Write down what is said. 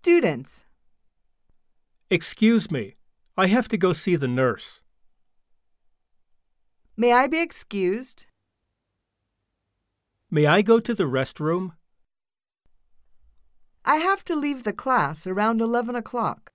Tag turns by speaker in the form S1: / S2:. S1: Students,
S2: Excuse me, I have to go see the nurse.
S1: may I be excused?
S2: May I go to the restroom?
S1: I have to leave the class around 11 o'clock.